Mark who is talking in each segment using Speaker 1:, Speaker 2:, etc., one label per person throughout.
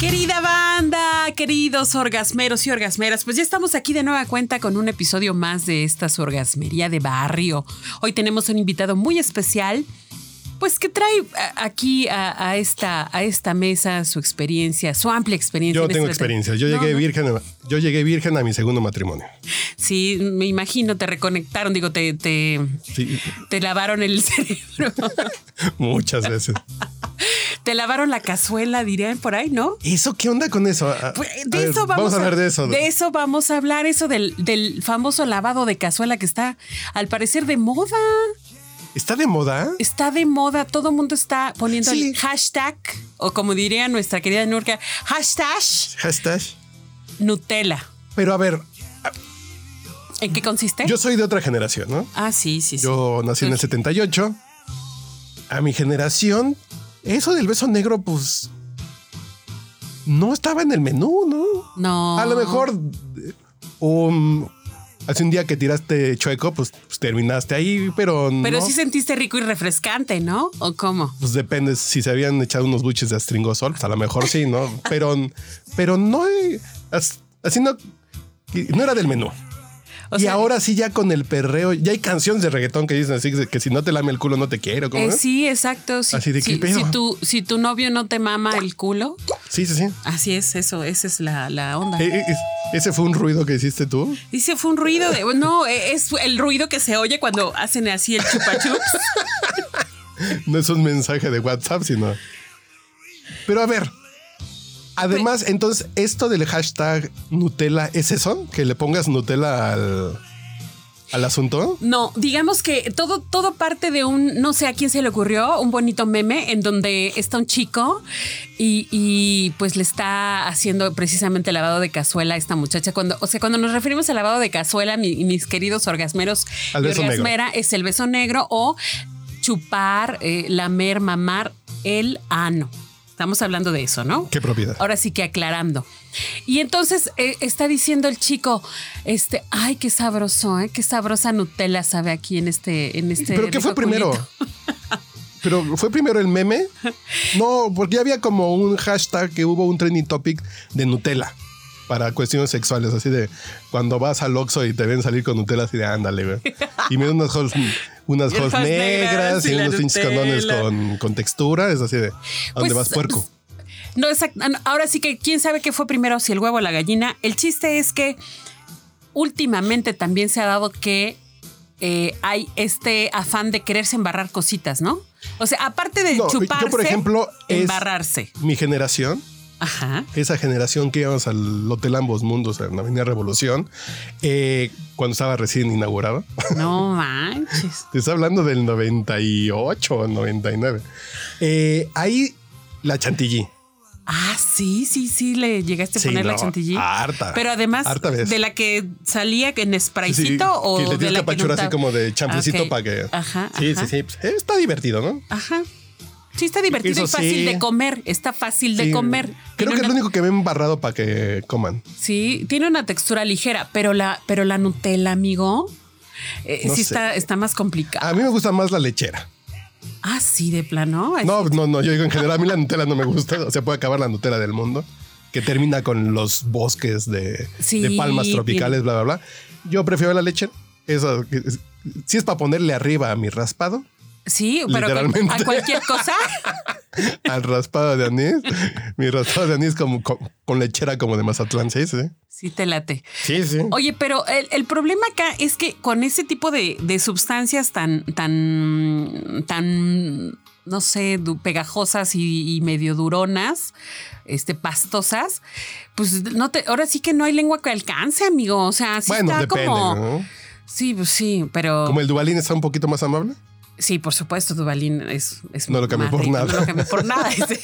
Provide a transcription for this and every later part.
Speaker 1: Querida banda, queridos orgasmeros y orgasmeras, pues ya estamos aquí de nueva cuenta con un episodio más de esta su orgasmería de barrio. Hoy tenemos un invitado muy especial, pues que trae a- aquí a, a esta, a esta mesa su experiencia, su amplia experiencia.
Speaker 2: Yo
Speaker 1: en
Speaker 2: tengo
Speaker 1: este-
Speaker 2: experiencia. Yo
Speaker 1: No,
Speaker 2: llegué
Speaker 1: no.
Speaker 2: virgen, a- yo llegué virgen a mi segundo matrimonio.
Speaker 1: Sí, me imagino, te reconectaron, digo, te, te,
Speaker 2: Sí,
Speaker 1: te lavaron el cerebro,
Speaker 2: muchas veces.
Speaker 1: te lavaron la cazuela, dirían por ahí, ¿no?
Speaker 2: ¿Eso qué onda con eso? A- a-
Speaker 1: Pues,
Speaker 2: a
Speaker 1: de
Speaker 2: ver,
Speaker 1: eso vamos,
Speaker 2: a hablar de eso.
Speaker 1: De eso vamos a hablar, eso del, del famoso lavado de cazuela que está al parecer de moda.
Speaker 2: ¿Está de moda?
Speaker 1: Está de moda, todo el mundo está poniendo
Speaker 2: Sí.
Speaker 1: el hashtag, o como diría nuestra querida Nurka, hashtag
Speaker 2: Hashtag.
Speaker 1: Nutella.
Speaker 2: Pero a ver,
Speaker 1: ¿En qué consiste?
Speaker 2: yo soy de otra generación, ¿no?
Speaker 1: ah, sí, sí, sí.
Speaker 2: Yo nací en el 78. A mi generación, eso del beso negro, pues. No estaba en el menú, ¿no?
Speaker 1: No.
Speaker 2: A lo mejor. eh, Un, hace un día que tiraste chueco, pues, pues, terminaste ahí, pero.
Speaker 1: Pero
Speaker 2: no.
Speaker 1: sí sentiste rico y refrescante, ¿no? ¿O cómo?
Speaker 2: Pues depende si se habían echado unos buches de astringosol, pues a lo mejor sí, ¿no? Pero, pero no, eh, as- así no, no era del menú.
Speaker 1: O
Speaker 2: y
Speaker 1: sea, eh,
Speaker 2: ahora sí ya con el perreo, ya hay canciones de reggaetón que dicen así, que si no te lame el culo no te quiero, ¿cómo
Speaker 1: eh,
Speaker 2: es? sí.
Speaker 1: sí, exacto. Si,
Speaker 2: Así de,
Speaker 1: si-
Speaker 2: ¿qué pedo?
Speaker 1: si tu, si tu novio no te mama el culo,
Speaker 2: sí, sí,
Speaker 1: así es, eso, esa es la, la onda.
Speaker 2: Eh, eh, es- ese fue un ruido que hiciste tú.
Speaker 1: Dice, fue un ruido de. No, eh, es el ruido que se oye cuando hacen así el chupachups.
Speaker 2: No es un mensaje de WhatsApp, sino. Pero a ver. Además, entonces, esto del hashtag Nutella, ¿es eso? Que le pongas Nutella al, al asunto.
Speaker 1: No, digamos que todo, todo parte de un, no sé a quién se le ocurrió, un bonito meme en donde está un chico y, y, pues le está haciendo precisamente lavado de cazuela a esta muchacha. Cuando, o sea, cuando nos referimos al lavado de cazuela, mi- mis queridos orgasmeros,
Speaker 2: Al
Speaker 1: y
Speaker 2: beso negro.
Speaker 1: orgasmera, es el beso negro o chupar, eh, lamer, mamar el ano. Estamos hablando de eso, ¿no?
Speaker 2: ¿Qué propiedad?
Speaker 1: Ahora sí que aclarando. Y entonces eh, está diciendo el chico, este, ay, qué sabroso, ¿eh? qué sabrosa Nutella sabe aquí en este, en este.
Speaker 2: ¿Pero qué fue
Speaker 1: rico
Speaker 2: primero?
Speaker 1: culito".
Speaker 2: ¿Pero fue primero el meme? No, porque ya había como un hashtag que hubo un trending topic de Nutella para cuestiones sexuales, así de cuando vas al Oxxo y te ven salir con Nutella, así de ándale, güey. Y me dan unas hojas unas
Speaker 1: Y el
Speaker 2: hojas
Speaker 1: hojas negras
Speaker 2: negras
Speaker 1: y
Speaker 2: y,
Speaker 1: la
Speaker 2: unos pinches condones
Speaker 1: Nutella.
Speaker 2: con, con textura, es así de, ¿a
Speaker 1: Pues,
Speaker 2: dónde vas puerco?
Speaker 1: No, exacto. Ah, no, Ahora sí que quién sabe qué fue primero, si el huevo o la gallina. El chiste es que últimamente también se ha dado que eh, hay este afán de quererse embarrar cositas, ¿no? O sea, aparte de
Speaker 2: No, yo, por
Speaker 1: chuparse,
Speaker 2: ejemplo, es-
Speaker 1: embarrarse.
Speaker 2: Mi generación,
Speaker 1: Ajá.
Speaker 2: esa generación que íbamos al Hotel Ambos Mundos en la Avenida Revolución, eh, cuando estaba recién inaugurado.
Speaker 1: No manches.
Speaker 2: Te está hablando del 98 o 99. Eh, ahí la chantilly.
Speaker 1: Ah, sí, sí, sí, le llegaste a
Speaker 2: Sí,
Speaker 1: poner la
Speaker 2: no,
Speaker 1: chantilly.
Speaker 2: harta.
Speaker 1: Pero además,
Speaker 2: Harta vez.
Speaker 1: de la que salía en
Speaker 2: Sí, sí,
Speaker 1: spraycito o
Speaker 2: que le
Speaker 1: de
Speaker 2: tienes
Speaker 1: la
Speaker 2: que
Speaker 1: que
Speaker 2: apachurar
Speaker 1: no
Speaker 2: así
Speaker 1: estaba-
Speaker 2: como de champucito
Speaker 1: Ah, ok.
Speaker 2: para que.
Speaker 1: Ajá,
Speaker 2: Sí,
Speaker 1: ajá.
Speaker 2: sí, sí. Pues, Está divertido, ¿no?
Speaker 1: Ajá. Sí, está divertido
Speaker 2: Eso
Speaker 1: y fácil
Speaker 2: sí.
Speaker 1: de comer. Está fácil
Speaker 2: Sí.
Speaker 1: de comer.
Speaker 2: Creo
Speaker 1: Tiene
Speaker 2: que es
Speaker 1: una-
Speaker 2: lo único que me he embarrado para que coman.
Speaker 1: Sí, tiene una textura ligera, pero la, pero la Nutella, amigo, eh,
Speaker 2: No
Speaker 1: sí
Speaker 2: sé.
Speaker 1: está, está más complicada.
Speaker 2: A mí me gusta más la lechera.
Speaker 1: Ah, sí, de plano. Ay,
Speaker 2: No, no, no. Yo digo en general, a mí la Nutella no me gusta. O sea, puede acabar la Nutella del mundo, que termina con los bosques de,
Speaker 1: Sí,
Speaker 2: de palmas tropicales, bla, bla, bla. Yo prefiero la lechera. Esa, que es- si es para ponerle arriba a mi raspado,
Speaker 1: Sí, pero
Speaker 2: literalmente.
Speaker 1: a cualquier cosa.
Speaker 2: al raspado de anís. Mi raspado de anís como co- con, lechera como de Mazatlán, sí, sí.
Speaker 1: Sí, te late.
Speaker 2: Sí, sí.
Speaker 1: Oye, pero el, el problema acá es que con ese tipo de, de sustancias tan, tan, tan, no sé, du- pegajosas y, y medio duronas, este, pastosas, pues no te, ahora sí que no hay lengua que alcance, amigo. O sea, sí
Speaker 2: bueno,
Speaker 1: está
Speaker 2: depende,
Speaker 1: como.
Speaker 2: ¿no?
Speaker 1: Sí, pues sí, pero.
Speaker 2: Como el Dubalín está un poquito más amable.
Speaker 1: Sí, por supuesto, Dubalín es. es
Speaker 2: No lo cambié
Speaker 1: más
Speaker 2: por
Speaker 1: rico,
Speaker 2: nada.
Speaker 1: No lo cambié por nada. este.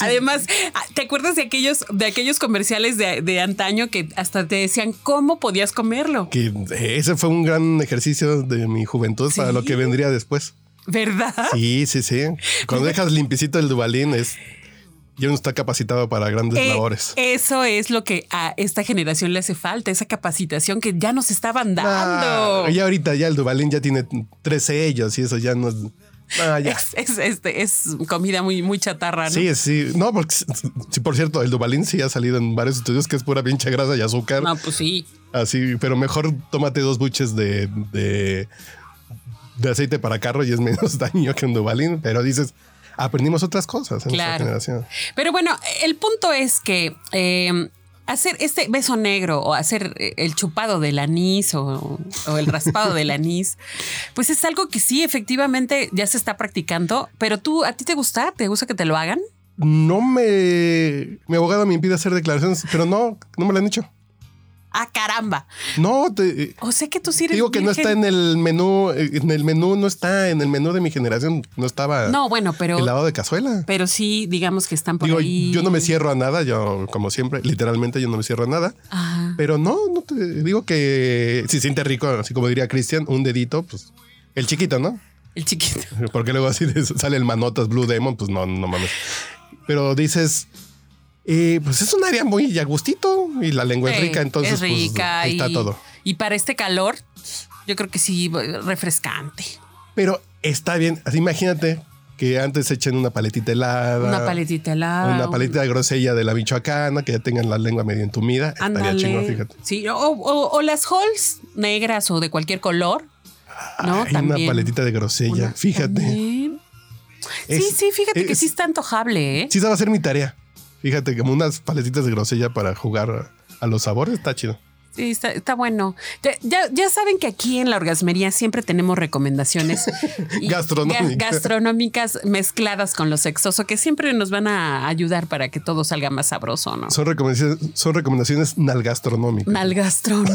Speaker 1: Además, ah, ¿te acuerdas de aquellos, de aquellos comerciales de, de antaño que hasta te decían cómo podías comerlo?
Speaker 2: Que eh, ese fue un gran ejercicio de mi juventud para
Speaker 1: Sí.
Speaker 2: lo que vendría después.
Speaker 1: ¿Verdad?
Speaker 2: Sí, sí, sí. Cuando dejas limpicito el Dubalín, es. Ya uno está capacitado para grandes
Speaker 1: Eh,
Speaker 2: pues, labores.
Speaker 1: eso es lo que a esta generación le hace falta, esa capacitación que ya nos estaban dando.
Speaker 2: Ah, y ahorita ya el Dubalín ya tiene tres sellos y eso ya no es. Ah, ya.
Speaker 1: Es, es- este, es comida muy, muy chatarra, ¿no?
Speaker 2: Sí, sí. No, porque sí, por cierto, el Dubalín sí ha salido en varios estudios que es pura pinche grasa y azúcar.
Speaker 1: No, pues sí.
Speaker 2: Así, pero mejor tómate dos buches de, de, de aceite para carro y es menos daño que un Dubalín. Pero dices, aprendimos otras cosas en
Speaker 1: Claro.
Speaker 2: nuestra generación.
Speaker 1: Pero bueno, el punto es que eh, hacer este beso negro o hacer eh, el chupado del anís o, o el raspado del anís, pues es algo que sí, efectivamente ya se está practicando. Pero tú, ¿a ti te gusta? ¿Te gusta que te lo hagan?
Speaker 2: No me. Mi abogado me impide hacer declaraciones, pero no, no me lo han hecho.
Speaker 1: ¡Ah, caramba!
Speaker 2: No, te,
Speaker 1: O sea que tú sí
Speaker 2: te
Speaker 1: eres
Speaker 2: digo que no está
Speaker 1: virgen.
Speaker 2: en el menú. eh, En el menú no está, en el menú de mi generación no estaba
Speaker 1: No, bueno,
Speaker 2: el
Speaker 1: pero,
Speaker 2: lavado de cazuela.
Speaker 1: pero sí, digamos que están por
Speaker 2: Digo,
Speaker 1: ahí.
Speaker 2: yo no me cierro a nada, yo como siempre, literalmente yo no me cierro a nada.
Speaker 1: Ajá.
Speaker 2: Pero no, no te digo que si siente rico, así como diría Cristian, un dedito, pues el chiquito, ¿no?
Speaker 1: El chiquito.
Speaker 2: Porque luego así de- sale el manotas Blue Demon, pues no, no mames. Pero dices, eh, pues es un área muy a gustito y la lengua es
Speaker 1: Sí,
Speaker 2: rica, entonces
Speaker 1: es
Speaker 2: pues,
Speaker 1: rica
Speaker 2: ahí está
Speaker 1: y-
Speaker 2: todo.
Speaker 1: Y para este calor, yo creo que sí, refrescante.
Speaker 2: Pero está bien, así imagínate que antes echen una paletita helada.
Speaker 1: Una paletita helada.
Speaker 2: Una
Speaker 1: un-
Speaker 2: paletita de grosella de la Michoacana, que ya tengan la lengua medio entumida. Estaría
Speaker 1: Ándale.
Speaker 2: chingón, fíjate.
Speaker 1: Sí, o, o- o las halls negras o de cualquier color. No,
Speaker 2: Ay,
Speaker 1: también.
Speaker 2: una paletita de grosella,
Speaker 1: Una-
Speaker 2: fíjate.
Speaker 1: también. sí,
Speaker 2: Es-
Speaker 1: sí, fíjate que
Speaker 2: es-
Speaker 1: sí está antojable, ¿eh?
Speaker 2: Sí, esa va a ser mi tarea. Fíjate, como unas paletitas de grosella para jugar a- a los sabores, está chido.
Speaker 1: Sí, está, está bueno. Ya, ya- ya saben que aquí en la orgasmería siempre tenemos recomendaciones y-
Speaker 2: Gastronómicas.
Speaker 1: ga- gastronómicas mezcladas con lo sexoso, que siempre nos van a ayudar para que todo salga más sabroso, ¿no?
Speaker 2: Son recomendaciones, son recomendaciones nalgastronómicas.
Speaker 1: Nalgastrón.